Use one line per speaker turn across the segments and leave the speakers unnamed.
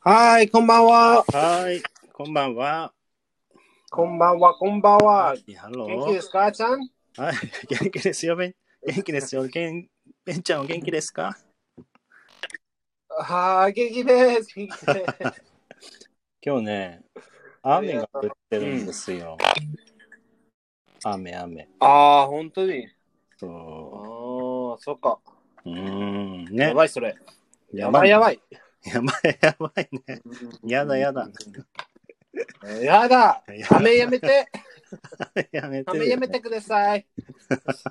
はい、こんばんは。
はい、こんばんは。
こんばんは、こんばんは。
ハロ
元気
ー
で。すか、あーちゃん
はい、元気ですよ、ベン。元 気ですよ、ベン。ベンちゃん、お元気ですか
はい、元気です。元気です
今日ね、雨が降ってるんですよ。雨、雨。
ああ、本当に。ああ
そ、
そっか。
う。うーん、
や
ね。
ばい、それ。やばい、やば
い。
い。
やばい、やばいね。やだ、やだ。
やだ
や。だ
雨やめて。
やめてるよね
雨やめてください。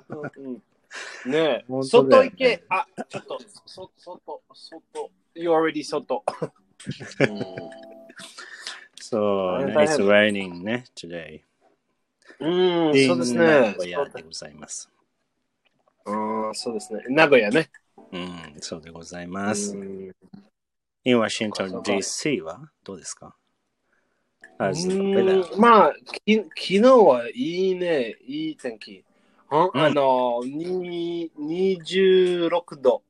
うんうんねえ、
本当だ
外
よね
行け。あ、ちょっと、そ外、外。You already 外。
そう、ね、
大
It's
変
raining ね、today.
うん、うんそうです
名
ね。
古屋でございます。
うん、そうですね。名古屋ね。
うん、そうでございうます。
ん
In Washington
そうか
DC はどうですか
う
How's the weather?
ーんまあ、き昨日はいいね、いい天気。あ
うん
あの、に26度。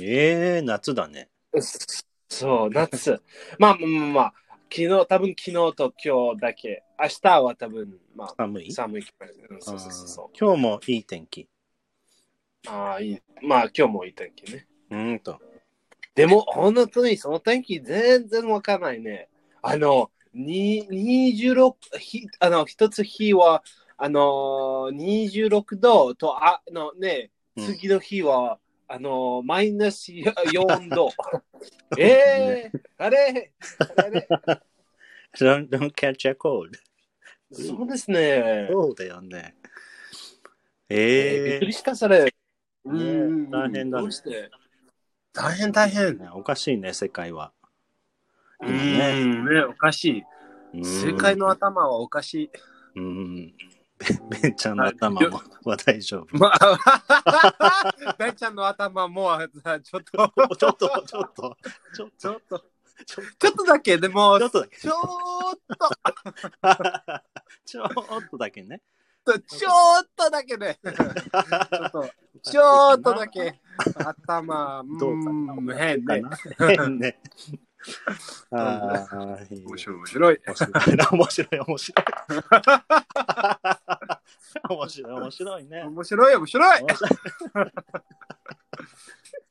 えー、夏だね。
そう、 夏。まあまあまあまあ、昨日、多分昨日と今日だけ。明日は多分、まあ、
寒い
寒い気分。うんそうそうそうそう。
今日もいい天気。
ああ、いい。まあ、今日もいい天気ね。
うーんと。
でも、本当にその天気全然わかんないね。あの、に26ひ、あの、一つ日は、あのー、26度と、ああのね、
うん
次の日は、あのー、マイナス4度。 えー、あれあれ
Don't, don't catch a cold.
そうですね。
そうだよね。
びっ
え
くりした、それ。う
ね
ん
大変だ
ど
ね
うして大変大変。
ー、おかしいね、世界は。
う
う
ん、
ん
ね、おかし
うー
い。
ん
世界の。頭はおかしい。
うん。ベンベンちゃんの頭もは大丈 夫。
まあ、 大ちゃんの頭もうちょっと、
ちょっと、ちょっと、ちょっ
ちょっと、
と、ちょっ
ちょっとだけ、でも、
と、ち
ち
ょ
ょ
っとだけ。
っ
ちょっとだけね。
と、ちょっとだけね、ちょっと、ちょっとだけ、頭、
どうか
ん
な
変ね。
変ね。ああ、いい
面白い、面白い。
面白い。面白い、面白い。面白い、面白いね。
面白い、面白い。
面 白い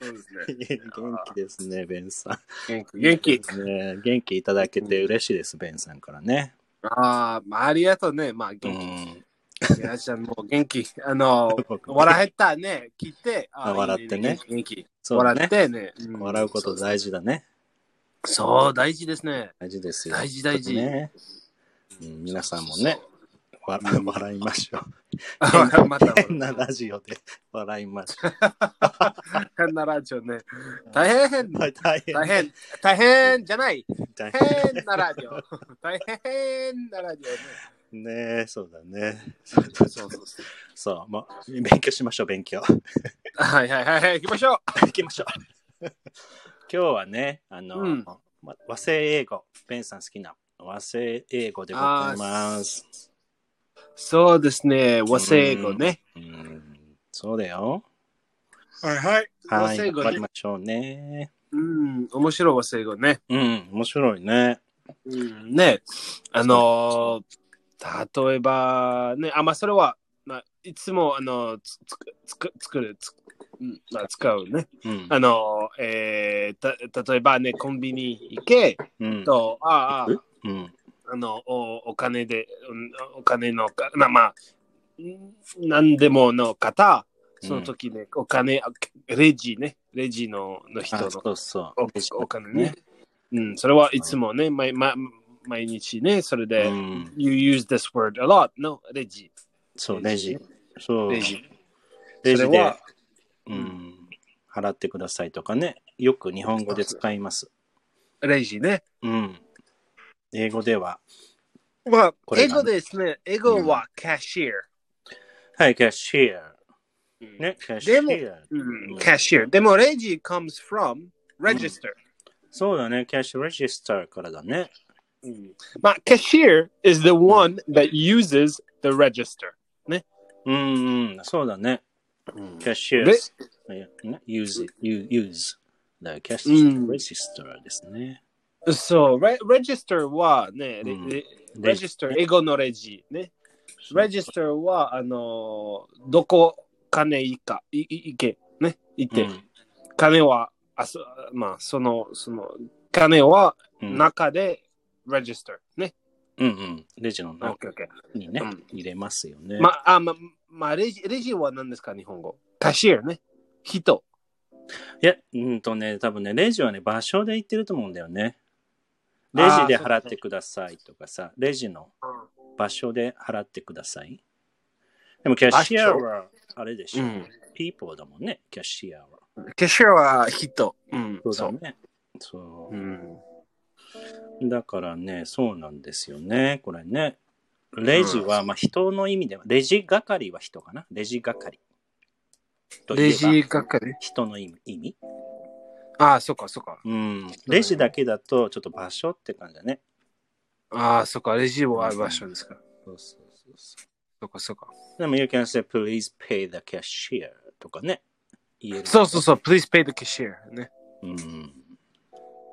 そうです
元気ですね、ベンさん。
ね。元気。
ね元気いただけて嬉しいです、ベンさんからね。
ああ、まあ、ありがとうね。まあ、
う
元
ん。
気。やちゃんもう元気。あ の、笑えたね。聞いて、あー
笑ってね。
いい元気。
そうだ
笑
ね
っ。てね。ん
笑うこと大事だね。
そう、大事ですね。
大事ですよ。
大事大事
ねうん皆さんもね、わ笑いま しょう。
そう。また、
変なラジオで笑いまし ょう。
変なラジオね。大変、
大変
大変、大変じゃない。
大
変なラジオ。大変なラジオね。
変ねえ、そうだね。
そうそうそう。
そう、ま、勉強しましょう、勉強。
はいはいはいはい、行きましょう。
行きましょう。 今日はね、あの、
うん
ま和製英語、ベンさん好きな和製英語でございます。
そうですね、和製英語ね。
うん、そうだよ。
はいはい。和
はい、
製英
頑
語
張り
ね。
ましょうね。
うん、面白い和製英語ね。
うん、面白いね。
うん、ね、あのー、例えば、ね、あ、まあ、それは、まあ、いつも、あの、つ、つく、つく、作る、つく、うんまあ、使うね。
うん。
あの、えー、た例えばね、コンビニ行け
うん。
と、ああ
え、うん。
あのお、お金で、うんお金のか、まあまあ、んなんでもの方、その時ね、お金、あレジね、レジのの人
あ
の
そうそう。
おお金ね。うん、それはいつもね、毎毎毎日ね、それで、
うん、
You use this word a lot, no? レジ。
そう、レジ。そう。
レジ。
レジ
それ
で
は、
うん、払ってくださいとかね、よく日本語で使います。
レジね。
うん。英語では、
まあ
こ、れ
英
が
語ですね。英語は cashier。
はい、キャッシェア。
うん
ね、キャッシェア。
うん、キャッシュでも、レジ comes from register、
そうだね、キャッシュレジスターからだね。
うんまあ、cashier is the one that uses the register。
うん、うん、そうだね。キャッシュ
レ
レ、ね、use it, you- use だからキャッシュレジスターですね。
そう、レレジスターはね、レ
うん
レ
レ
レジスター、英語のレジ。ね。レジスターは、あのー、どこ金いいか、いい行け、ね、行って、
うん
金は、あそまあ、その、その、金は
うん
中で、レジスター。ね。
うんうん。レジの
オッ
中
ケーオッケ
にね
うん、
入れますよね。
ー。まあ、あままあレジ、レジは何ですか、日本語。カシエね。人。
いや、うんとね、多分ね、レジはね、場所で言ってると思うんだよね。レジで払ってくださいとかさ、レジの場所で払ってください。でもキャッシャーは、あれでしょ、
うん。
people だもんね、キャッシャーは。
カシエは人。うん。。
そうだね。そうう。
ん。
だからね、そうなんですよね、これね。レジは、まあ人の意味では、レジ係は人かな。レジ係。といえば
レジ係。
人の意味意味
ああ、そっか、そっか。
うん。レジだけだと、ちょっと場所って感じだね。
ああ、そっか、レジは場所ですか。
そうそうそうそう。
そっか、そっか。
でも、you can say, please pay the cashier とかね。言える。
そうそうそう、please pay the cashier ね。
う。うん。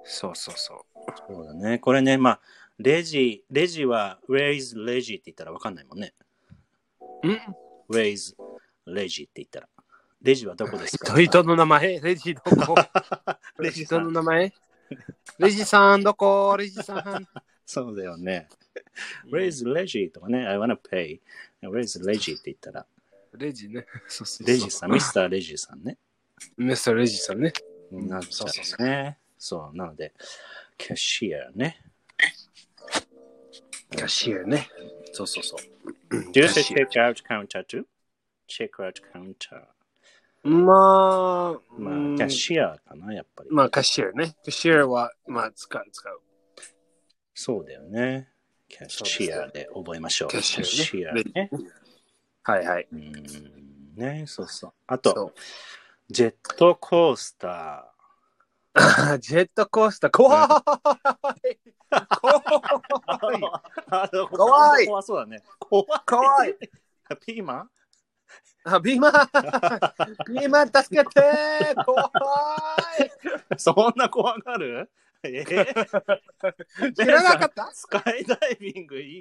そうそうそ
そうだね。これね、まあ、レジ、レジは、where is レジって言ったらわかんないもんね。
う。ん
where is レジって言ったら。レジは どこですか
人人の名前レジどこ レジ人の名前レジさんどこレジさ ん
そうだよね。where is レジとかね、I wanna pay. where is レジって言ったら。
レジね。そうそうそう
レジさん、ミスターレジさんね。
ミスターレジさんね。ん
なっちゃうね。そう、なので、キャッシャーね。
キャシアね。そうそうそう。
Do you say check out counter too? check out counter.
まあ、
ま
うん
あ、キャッシャーかな、やっぱり。
まあ、カシアね。カシアは、まあ、使う、使う。
そうだよね。キャッシャーで覚えましょう。
キャッシャーね
キャッシャーね。
はいはい。
うんね、そうそう。あ
そ
と、
う
ジェットコースタ
あー ジェットコースター、怖い
ー。
怖い
あの
怖い
怖そうだね。怖い
怖い
ピーマン
あ、ビーマンビーマン助けて怖
そんな怖がる え
い知らなかった
スカイダイビン グいい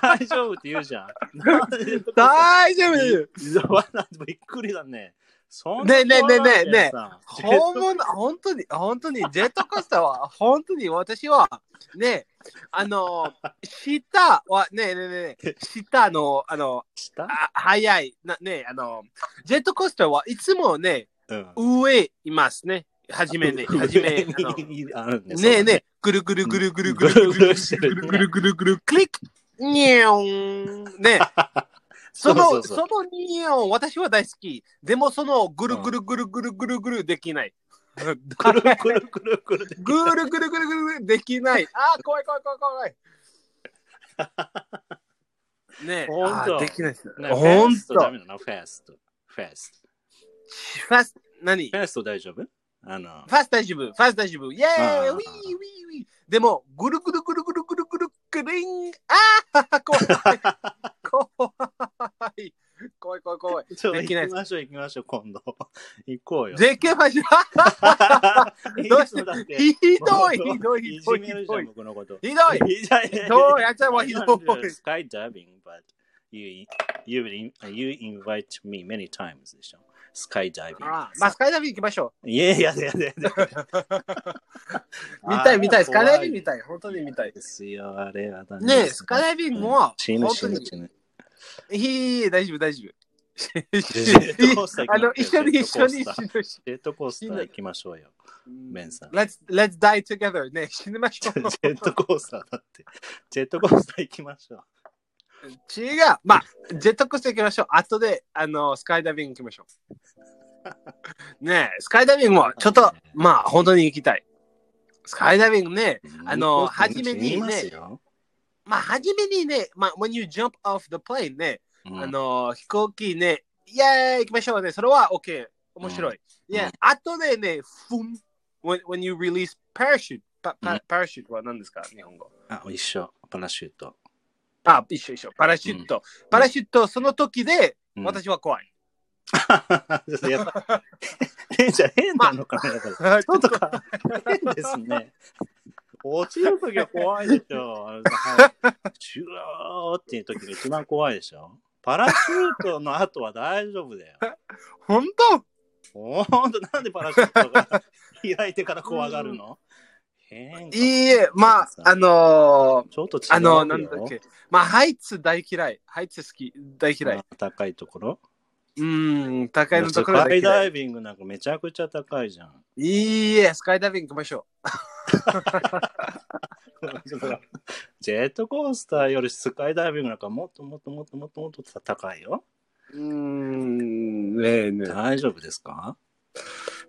大丈夫って言うじゃん。なんで
大丈夫
びっくりだね。そん
ねえねえねえねえねえ
怖がってやつ
本物、本当に、本当に、ジェットコースターは、本当に私は、ね、あの、下は、ねえねえねえねえ、下の、あの、
した
あ速い、なねえ、あの、ジェットコースターはいつもね、
うん
上いますね。はじ めね、はじめ、あの、
にあるんです
ねえねえ、ぐるぐるぐるぐるぐるぐるぐるぐるぐるぐるぐる、クリック、にゃーん。ねえ、その、そのニオン、私は大好き。でも、その、ぐるぐるぐるぐるぐるぐるできない。
くるくるくるくる。
ぐるぐるぐるぐるできない。あー、怖い怖い怖い怖い。ねえ、
ほんと
あーできないです。
ね
ほ
フェ
ん
ストダ
と。
メなのフェスト。フェスト。
ファス、何フ
フェスト大丈夫あの、
ァス大丈夫、ファス大丈夫。イェーイ
あ
ウィ
ー
ーウィーウィー。でも、ぐるぐるぐるぐるぐるぐるぐりん。あー、怖い。怖い。怖い怖い怖い。
ちょっと
できないで
行き
す
ましょう行きましょう今度。行こ うよ。
でけましょどうし
いつだってけ
ひ どい、ひどい、ひどい、ひ
いじめるじゃ
ど
ん
い。
僕のこと。
ひどい。
ひ
どうやっちゃえばひどい
skydiving, but you, you, you invite me many times でしょ。skydiving.
あまあ、スカイダイビング行きましょ
いやいやいやい や。
う。見たい、見たい、スカイダイビング見
い。
たい。本当に見たい。
ですよ、あれはだ
ねえ、スカイダイビングも、本
死ぬ死
当
ぬ
に。
死ぬ。
いい、大丈夫、大丈夫。 あの、一緒に、一緒に、一緒に。
ジェットコースター行きましょうよ、ベンさん。
Let's, let's die together. ね、死にまし
ジ
ょう。
ェットコースターだって。ジェットコースター行きましょう。
違う。まあ、ジェットコースター行きましょう。後で、あの、スカイダイビング行きましょう。ねえ、スカイダイビングも、ちょっと、まあ、本当に行きたい。スカイダイビングね、あの初めにね
死にますよ
まあ、初めにね、まあ、when you jump off the plane ね、
うん
あの、飛行機ね、イェーイ行きましょうね。それは OK。面白い。
うん
いや、あとでね、ふん。When, when you release parachute, パ
う
パ
ん
パラシュートは何ですか日本語。
あ、一緒。パラシュート。
あ、一緒一緒。パラシュート。パラシュート、その時で、
うん
私は怖い。
ちょっとやっぱレジは変なのかな、だから。ち
ち
ょっとか、変ですね。落ちるときは怖いでしょ。あのはいシューっていうときが一番怖いでしょ。パラシュートの後は大丈夫だよ。
本
ほんと、なんでパラシュートが開いてから怖がるの変
当いいえ、まあ、あのー、
ちょっと違うよ
あのー、なんだっけ。まあ、ハイツ大嫌い。ハイツ好き、大嫌い。
高いところ
うーん、高いの
ス
ところ
カ
大
イ
嫌
ダ
い。
イビングなんかめちゃくちゃ高いじゃん。
いいえ、スカイダイビング行きましょ
ジェットコースターよりスカイダイビングなんかもっともっともっともっともっと高いよ。
う。うーん、ねえねえ。
大丈夫です か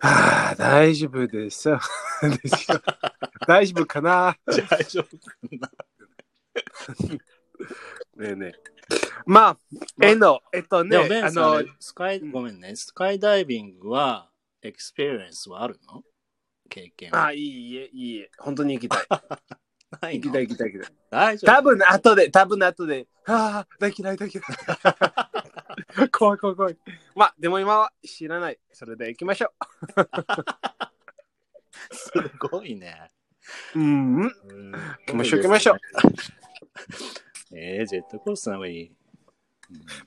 ああ、大丈夫です。ですよ 大丈夫かな
大丈夫かな
ねえねえ。まあ、えの、えっと
でも
ね、
ベ
あ
ンさ
の
ん、、スカイ、ごめんね、スカイダイビングはエクスペリエンスはあるの経験は
あ、いいえ、いいえ、本当に行きたい。
ない
行き
の
たい、行きたい、行きたい。
大丈夫
多分後で、多分後で、ああ、大嫌い、大嫌い。 怖い、怖い、怖い。まあ、でも今は知らない。それで行きましょ
すごいね。
う。うん、行
う
き
ん
ましょう、行きましょう。。
えー、ジェットコースターはいい。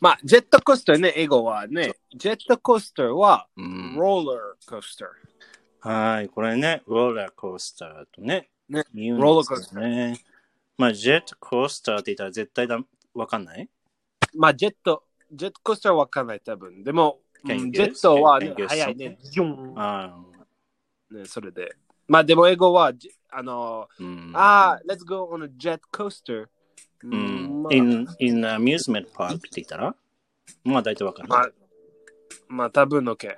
まあ、ジェットコースターね、英語はね、ジェットコースターは、
うん
ローラーコースター。
はい、これね、ローラーコースターとね、
ね
言うんですよね
ローラーコース
まあ、ジェットコースターって言ったら絶対だわかんない
まあ、ジェット、ジェットコースターはわかんない、多分。でも、うん
Can you
ジェットは、ね
guess? Can you guess
早いね。ジョン
あ
ね、それで。まあ、でも英語は、じあの、
ー、うん、
ああ、Let's go on a jet coaster。う
うん
ま。あ
in, in an amusement park って言ったらまあ大体わかる。
まあ、まあ、多分の件。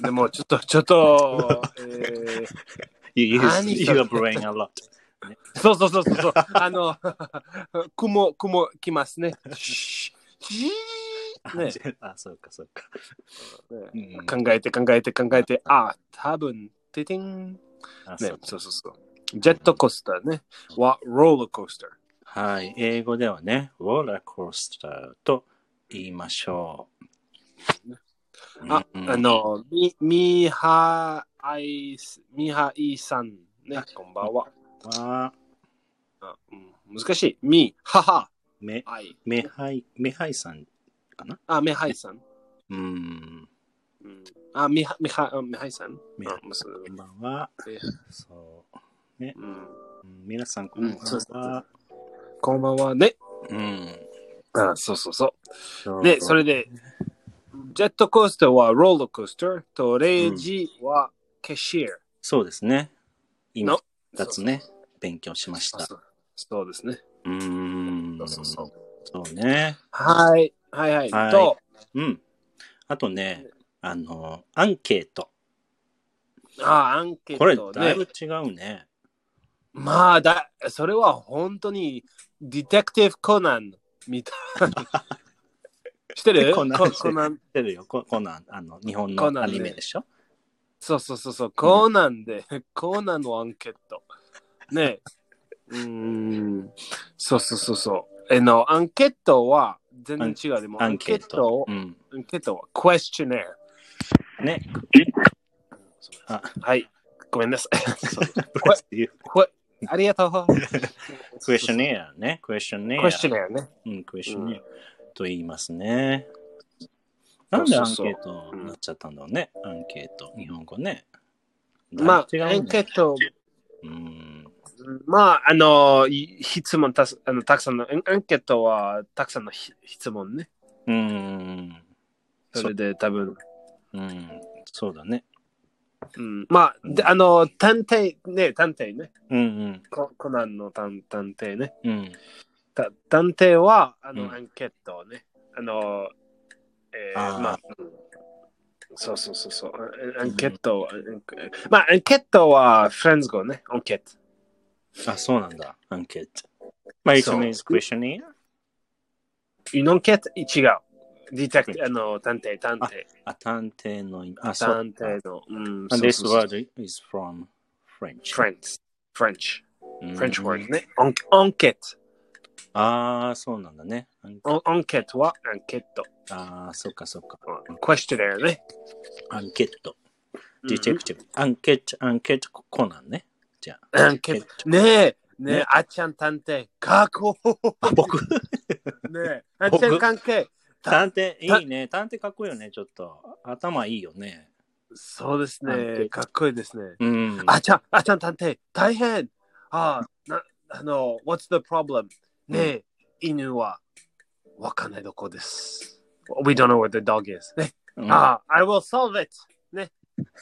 でも、ちょっと、 ちょっと、えー
you use
何それ
your brain a lot.
そうそうそうそうそう、あの、 雲、雲来ますね。シーシーね、
あ、そうかそうか。
ね
うん
考えて考えて考えて、あ、多分、ててん。ね、
あそう
そうそうそう。ジェットコースターね。は、ローラーコースター。
はい、英語ではね、ローラーコースターと言いましょう。
あ、
うん
あ、の、み、みはあいす、みはいさん。ね、こんばんは。
は
あうん、難しい。み、はは、
め、
あい。
めはい、めはいさん。
あ、めはいさん。
うん。
うんあ、みは、みは、あみはいさん。
みは
あむす
こんばんは。
え
そう。
うん
うん皆さん、こんばん
うんそうそう
は。
こんばんはね。
うん。
あ、そうそうそ。
そうう
で、それで、ジェットコースターはローラーコースターとレージはキャシア。
そうですね。今
の、
二つね、勉強しまし
そう
た。
そう。そうですね。
うーん。
そうそうそう。
そうね。
はい。はい
は
はいい。と、
うん。あとね、あの、アンケート。
あ、アンケ
これ、
ート
だい
ね
ぶ。違うね。
まあ、だ、それは本当に、ディテクティブコナンみ たい。してる
コナン
ココナン。
知ってるよ、ココナン、あの、日本
コ
の
ナ
ア
ンね
ニメでしょ。
そうそうそうそう、コーナンで、 コーナンのアンケート。ねえ。うーん。そうそうそうそう。えの、アンケートは全然違う。でも、
ア
ア
ン
ン
ケ
ケ
ー
ート
ト
を。
う、ん。
アンケートは、クエスチョネア。
ね。あ、
はい。ごめんなさい。
そう。
こありが とう。
クエスチョネアね。クエスチョネア。
クエスチョネアね。
うん、クエスチョネアと言いますね。なんでアンケートになっちゃったんだろうね。アンケート。日本語ね。
まあ、
だ
ア
いぶ違う
ン
ね
ケート、
うん。
まあ、あの、い質問たすあのたくさんの、アンアンケートはたくさんのひ質問ね。
うん。
それで多分、
うん。そうだね。
うん、まあ、であの、探偵ね、探偵ね。
うん
ココナンの探探偵ね。
うん。うん。
た探偵は、あの、
うん
アンケートをね。あの、えー
あー
まあ、うんそうそうそうそう。アンアンケートは、アンケまあ、アンケートは、フレンズ語ね。アンケート。
あ、そうなんだ。アンケート。まあ、いつ
そう
もクエスチョネア
イノンケート、違う。ディテクティ、あの、探偵、探偵。
あ、探偵の意味。あ、そう
探。偵の、うん、
And this
は
word is from French.
フレンズ。フレンチ。
うん
フレンチワードね。アンアンケート。
ああ、そうなんだね。
アンアンケートはアンケート。
ああ、そっかそっか。
クエスチョネアね。
アンケート。ディテクティブ。アンケート、アンケートコナンね。じゃあ。
アンケート。ねえ、ねえ
ね、
あっちゃん探偵、かっこ
あ僕、
ねえ、あっちゃん関係。
探偵、いいね。探偵かっこいいよね、ちょっと。頭いいよね。
そうです
アンケー
ね。
ト
かっこいいですね。
うん。
あっちゃん、あっちゃん探偵、大変。ああ、な、あの、what's the problem? ねえ、犬は、わかんないどこです。We don't know where the dog is. ね。
うん
ああ、I will solve it! ね。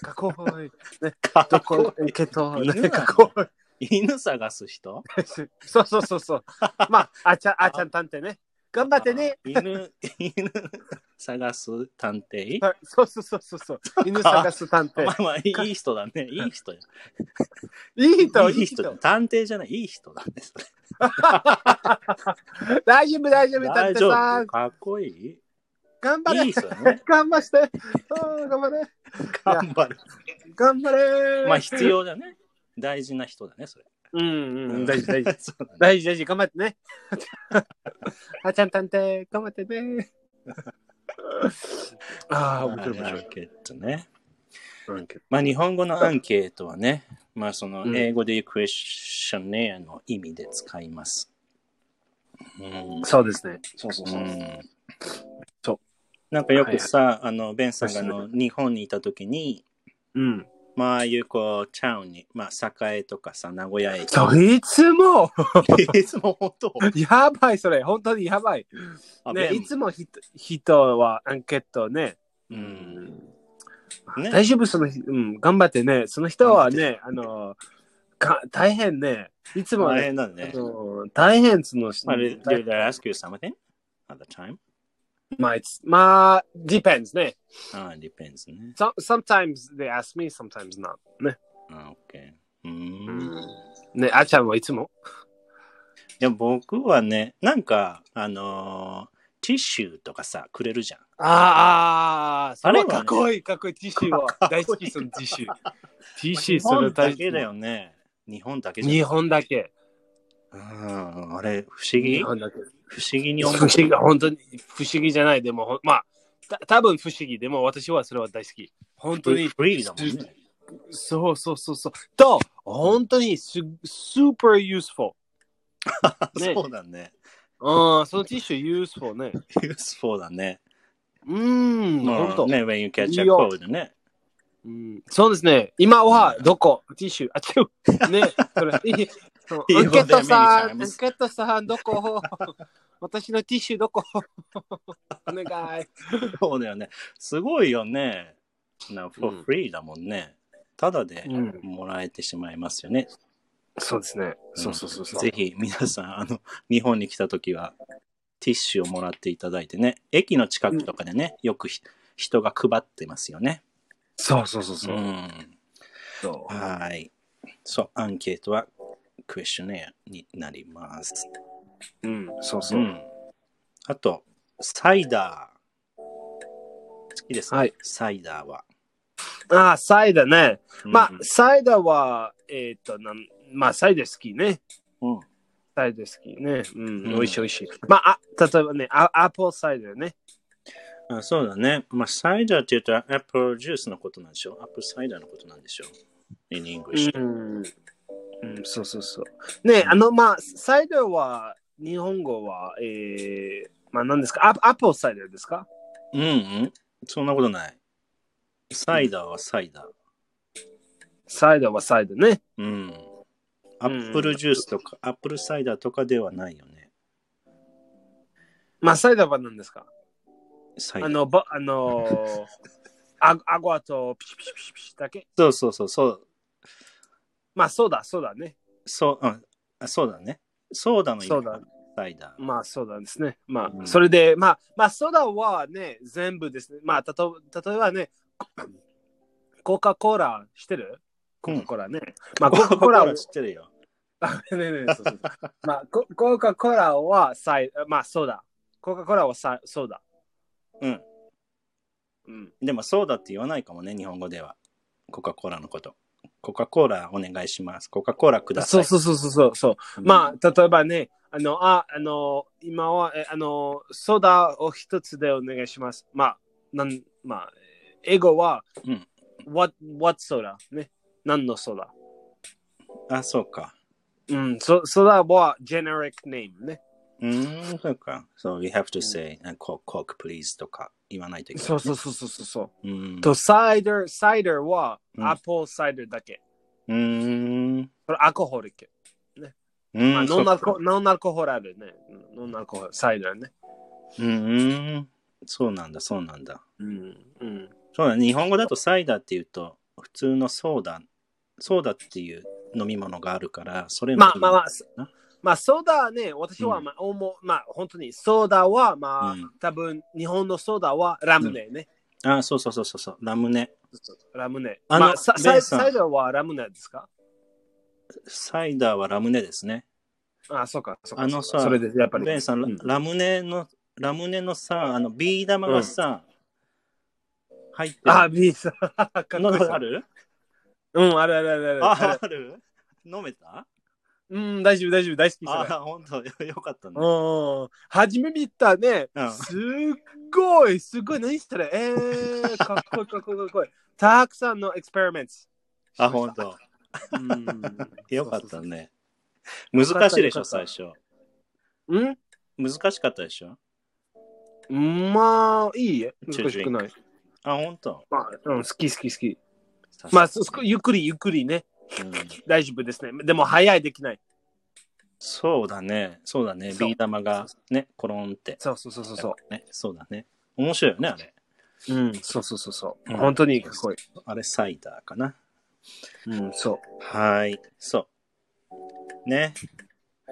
かっこいい。
かっ
ど
こいい
こ、えっと、
犬
ね、
なの
かっこいい。
犬探す人
そうそうそうそう。まあ、あっちゃん、あっちゃん探偵ね。頑張ってね。
あ犬、犬探す探偵
はい そうそうそうそうそう。犬探す探偵
ま。あまあ、いい人だね。いい人や。
いい人、い
い
い
い
人
人。。探偵じゃない、いい人だね。それ
大丈夫、大丈夫、探
大
偵
丈
さ
夫。
ん。
かっこいい
頑張
い
れ。
い人だね。
頑張して。うん頑張れ。
頑張る。
頑張れ。
まあ、必要だね。大事な人だね、それ。
うんうん、大事、大事。
そうだね
大事、大事、頑張ってね。 あちゃん探偵、頑張ってね。ああ、面白い、面
ア
白
ン
い。
ケートね。
うんけど
まあ、日本語のアンケートはね、まあ、その
うん
英語で言うクエスチョネアの意味で使います。うん。
そうですね。
そうそう
う
そう。
ん
そう
なんかよくさ、あの、ベンさんがあの日本にいたときに、
うん。
まあ、ああいうこう、チャウンに、まあ、栄とかさ、名古屋駅。
そう、いつも、
いつも本当。
やばい、それ。本当にやばい。
あ
ね、
ベン
いつもひ人はアンケートね。
うん。ね
ね大丈夫、その人、うん、頑張ってね。その人はね、あの、か大変ね。いつも
大
ね、
変だね
あ。の大変その人。
まあ、did
大
I ask you something at the time?
まあ、it's- まあ、depends ね。
ああ、depends ね。
So, sometimes they ask me, sometimes not. ね。
ああ、OK。うーん。
ね、あちゃんはいつも。
いや、僕はね、なんか、あのーティッシュとかさ、くれるじゃん。
ああ、それは
あれは
か
ね
っこいい、かっこいい。ティッシュは大好き、そのティッシュ。ティッシュ、それ
日本だ
大
けだ
好
よね。日本だけ
き。
じゃん。
日本だけ。
うん、あれ、不思議
日本だけ
不思議に
不
思う。
思議本当に不思議じゃないでもほんまあた多分不思議でも私はそれは大好き本当に
フリーだもんね。
そうそうそうそうと本当にススーパーユースフォね
そうだね。
ーうんそのティッシュユースフォーね
useful だね。
うーん
まあ
本当、
ね、when you catch
い
a
いよ
cold ね。
うん、そうですね今はどこティッシュあ違うねそ れいいそう
いい
ア
よ
ンケットさんアン
many
ケ
times
ットさんどこ 私のティッシュどこ お願い
そうだよね。すごいよね。な、
う
for
ん
free だもんね。ただで
うん
もらえてしまいますよね。
そうですねそうそうそうそう
ぜひ皆さん、あの、日本に来た時は、ティッシュをもらっていただいてね。駅の近くとかでね、よくひ人が配ってますよね。。
そうそうそうそううん
はい。そう、アンケートはクエスチョネアになります。
うん、そう
う。ん。あと、サイダー。好きですね。
はい
サイダーは。
ああ、サイダーね。まあ
うん、
サイダーは、えっ、となん、まあ、サイダー好きね。
うん、
サイダー好きね。うん、
ん
美味しい美味しい。まあ、あ例えばね、アアップルサイダーね。
あそうだね。まあ、サイダーって言うと、アップルジュースのことなんでしょう。アップルサイダーのことなんでしょう。in English。
うん、うん、そうそうそう。ね、あの、まあ、サイダーは、日本語は、えー、まあ、何ですかアアップルサイダーですか
うん、うん、そんなことない。サイダーはサイダー。
サイダーはサイダーね。
うん。アップルジュースとか、アップルサイダーとかではないよね。
まあ、サイダーは何ですか
サイダ
あ
ー。
の、ばあのー、あアゴアとピシピシピシピシだけ。
そうそうそうそう。
まあ、そうだ、そうだね。
そう、うん、あそうだね。ソーダの
そうだ。
サイダー。
まあそうなんですね。まあ、
うん
それで、まあ、まあ、ソダはね、全部ですね。まあ、たと例えばね、コカ・コーラしてるコカ・コーラね。まあ、コカ・コーラを
知ってるよ。
あねねねそうそうそうまあ、ココカ・コーラはサイ、まあ、ソダ。コカ・コーラはサソダ。
うん。
うん。
でも、そうだって言わないかもね、日本語では。コカ・コーラのこと。コカ・コーラお願いします。コカ・コーラくださ
そう
い。
そうそうそうそうそう。
うん
まあ、例えばね、あの、あ、あの、今は、えあの、ソダを一つでお願いします。まあ、なん、まあ、英語は、
うん、
what, what ソダね。何のソダ
あ、そうか。
うん、そソダは generic name ね。
うーん、そうか。So we have to say, Coke, Coke, please とか言わないといけない。。
そうそうそうそうそうそう
うん
う。。と、サイダー、サイダーは、
うん
アポーサイダーだけ。
うーん。
これアコホリック。
う
まあ、
ん。
ノンアル
そ
コ
うか
ノンアルコホールあるね。ノンアルコホール、サイダーね。
うーん。そうなんだ、そうなんだ。
うん。うん。
そうだね、日本語だとサイダーっていうと、普通のソーダ、ソーダっていう飲み物があるから、それの
まあまあまあ
意味だな
まあ、ソーダはね、私は、
うん
まあ、思うまあ、本当に、ソーダは、まあ、
うん
多分、日本のソーダはラムネね。
あ、そうそうそうそうそう、ラムネ。
ラムネ。
あの
まあ、さ
ベ
サ
ン
イ
さん
サイダーはラムネですか
サイダーはラムネですね。
あそうか、そうか。
あの
そうか
さ
それで、やっぱり。
ベンさん、ラ
うん
ラムネの、ラムネのさ、あの、ビー玉がさ、入って
あ、ビーさん。かっこいい
飲んだことある
うん、あるあるあるある。あ
あ
る、
ある飲めた
うん、大丈夫、大丈夫、大好きそれ。
あ、本当よよかったね。
うん、初め見たね
うん。
すっごい、すっごい、何したら、えー、かっこいい、かっこいい、かっこいい。たくさんのエクスペリメント。
あ、本当
うん
よかった。ね。
そうそう
難しいでし
よ
ょ、
か
最
った
初。
うん
難しかったでしょ
まあ、いいえ。
To
難しくない。
あ、本当
まあ、うん、好き好き好き。まあ、すすゆっくりゆっくりね。
うん
大丈夫ですね。でも、早いできない。
そうだね、そうだね、
そう
ビー玉がね、コロンって。
そうそうそうそうそ
ね、そうだね。面白いよね、あれ。
う。うん、そうそうそうそう。
うん
本当にかっこいい。
あれ、サイダーかな。
うん、そ
はい、そう。ね、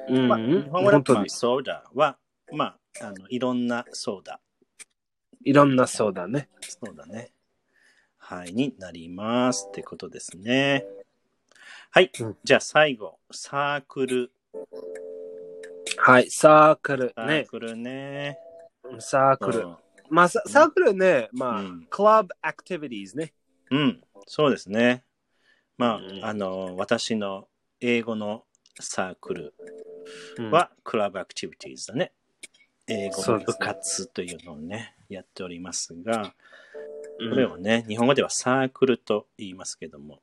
う。うん、
まあ、日本語だ
本
と、
当
まあ
に。
ソーダは、まあ、あのいろんなソーダ、
いろんなそうだね。
そうだね。はい、になりますってことですね。はい、
うん
じゃあ最後、サークル。
はい、サークル
サー
ね。
クルね。
サークル
う。ん
まあ、ササークルね、
う
ま
ん
あ、クラブアクティビティーズね。
うん、そうですね。まあ、
うん
あの、私の英語のサークル
は、
は、クラブアクティビティーズだね。英語
そう
の
ですね
部活というのをね、やっておりますが、
うん
これをね、日本語ではサークルと言いますけども、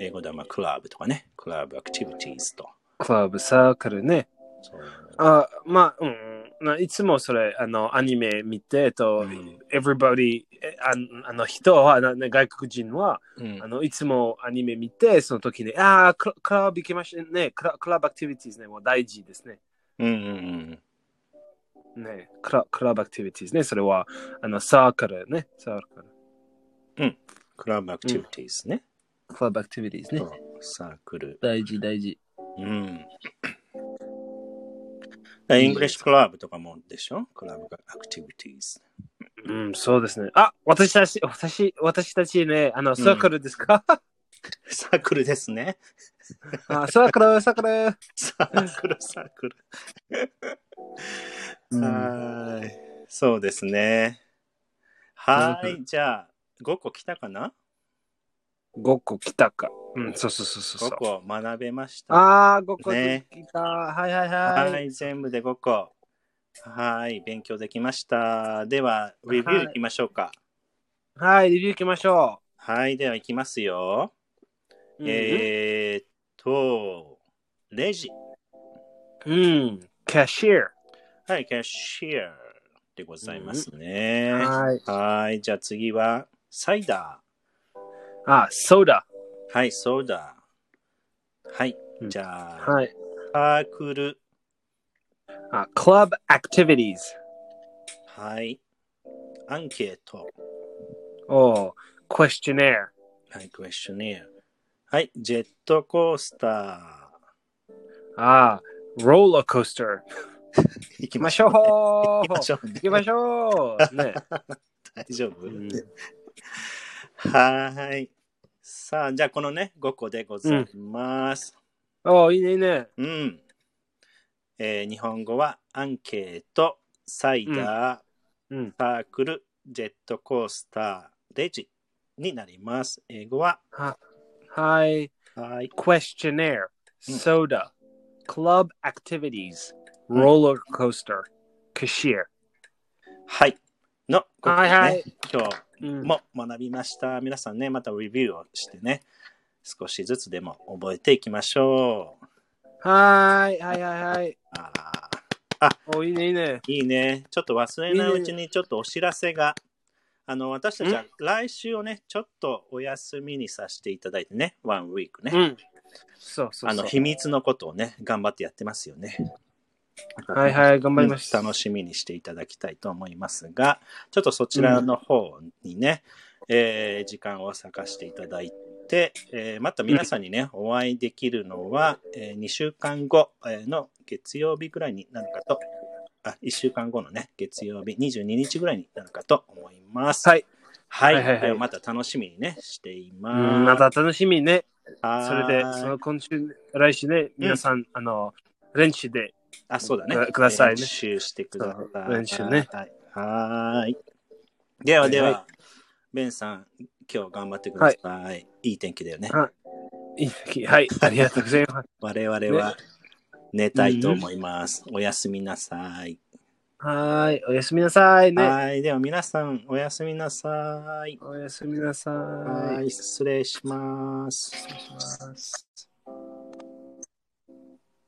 英語ではまあクラブとかね、クラブアクティビティーズと。
クラブ、サークルね。
そう
あまあ、うんないつもそれ、あの、アニメ見て、えっと、
うん、
everybody えああの人はなな外国人は
うん
あのいつもアニメ見てその時にああクラクラブ行きましたねクラクラブアクティビティーズねもう大事ですね
うんうん
ねクラクラブアクティビティーズねそれはあのサークルねサークル
クラブアクティビティーズね。
クラブアクティビティーズ
そうサークル。
大事大事
うん。イングリッシュクラブとかもでしょクラブがアクティビティーズ。
うんそうですねあ私たち私私たちねあのサークルです か、
サークルですね。
あサークルサークル
サークル、サークル。はーい。そうですね。はーい。じゃあ、5個来たかな
5個来たかうんそうそうそうそう
?5 個学べました。
ああ5個
ね
来た、はいはいは、
はいい。全部で5個。はい。勉強できました。では、レビューいきましょうか。
はい、レビュー行きましょ
はい。では、いきますよ。
う。
えーっと、レジ。
Mm-hmm. うん、キャシー。
はい、キャッシャーでございますね。
はい。
はい、じゃあ次は、サイダ
あ、ソーダ。
ー。はい、ソーダ。はい、
うん
じゃあ、
はい。
サークル。
あ、クラブアクティビティーズ。
はい。アンケート。
おー、クエスチョネ
はい、クエスチョネア。はい、ジェットコースタ
ア。あ、ローラーコースター。行
ー。行
き
き
ましょう。
行きまし
行
ょうね。
きましょう。ね。
大丈夫、
うん
はーい。さあ、じゃあこのね、5個でございます。
おー、いいね、いいね。
うん。えー日本語はアンケート、サイダー、
うんうん
サークル、ジェットコースター、レジになります。英語は、
はい。
はい。
questionnaire,
Mm.
soda, club activities, roller coaster, cashier.
はい。の、ここね、
はいはい
今日
Mm.
も学びました。皆さんね、またレビューをしてね、少しずつでも覚えていきましょう。
はいはいはいはい。
あー
Oh, お、いいね、いいね。
いいね。ちょっと忘れないうちにちょっとお知らせが。あの、私たちは来週をね、ちょっとお休みにさせていただいてね、ワンウィークね。あの、秘密のことをね、頑張ってやってますよね。
そうそうそう。はいはい、頑張りました。
楽しみにしていただきたいと思いますが、ちょっとそちらの方にね、えー時間を割かしていただいて、えーまた皆さんにね、お会いできるのは、え2週間後えーの月曜日ぐらいになるかと、あ、1週間後のね、月曜日22日ぐらいになるかと思います。
はい。
はい。
はいはいはい
ではまた楽しみにね、しています。
また楽しみね。
はい
それで、その今週、来週ね、皆さん、あの、練習で、
あ、そうだね。
くくださいね
練習してくださ
そう
い。
練習ね
はい。はーい。ではでは、
は
ベンさん、今日頑張ってください。い、い天気だよね。
はいいい時はい、 ありがとうございます。
我々は寝たいと思います。おやすみなさい。
はい、おやすみなさいね。
はい。では皆さん、おやすみなさい。
おやすみなさ。
はいい。失礼します。
失礼します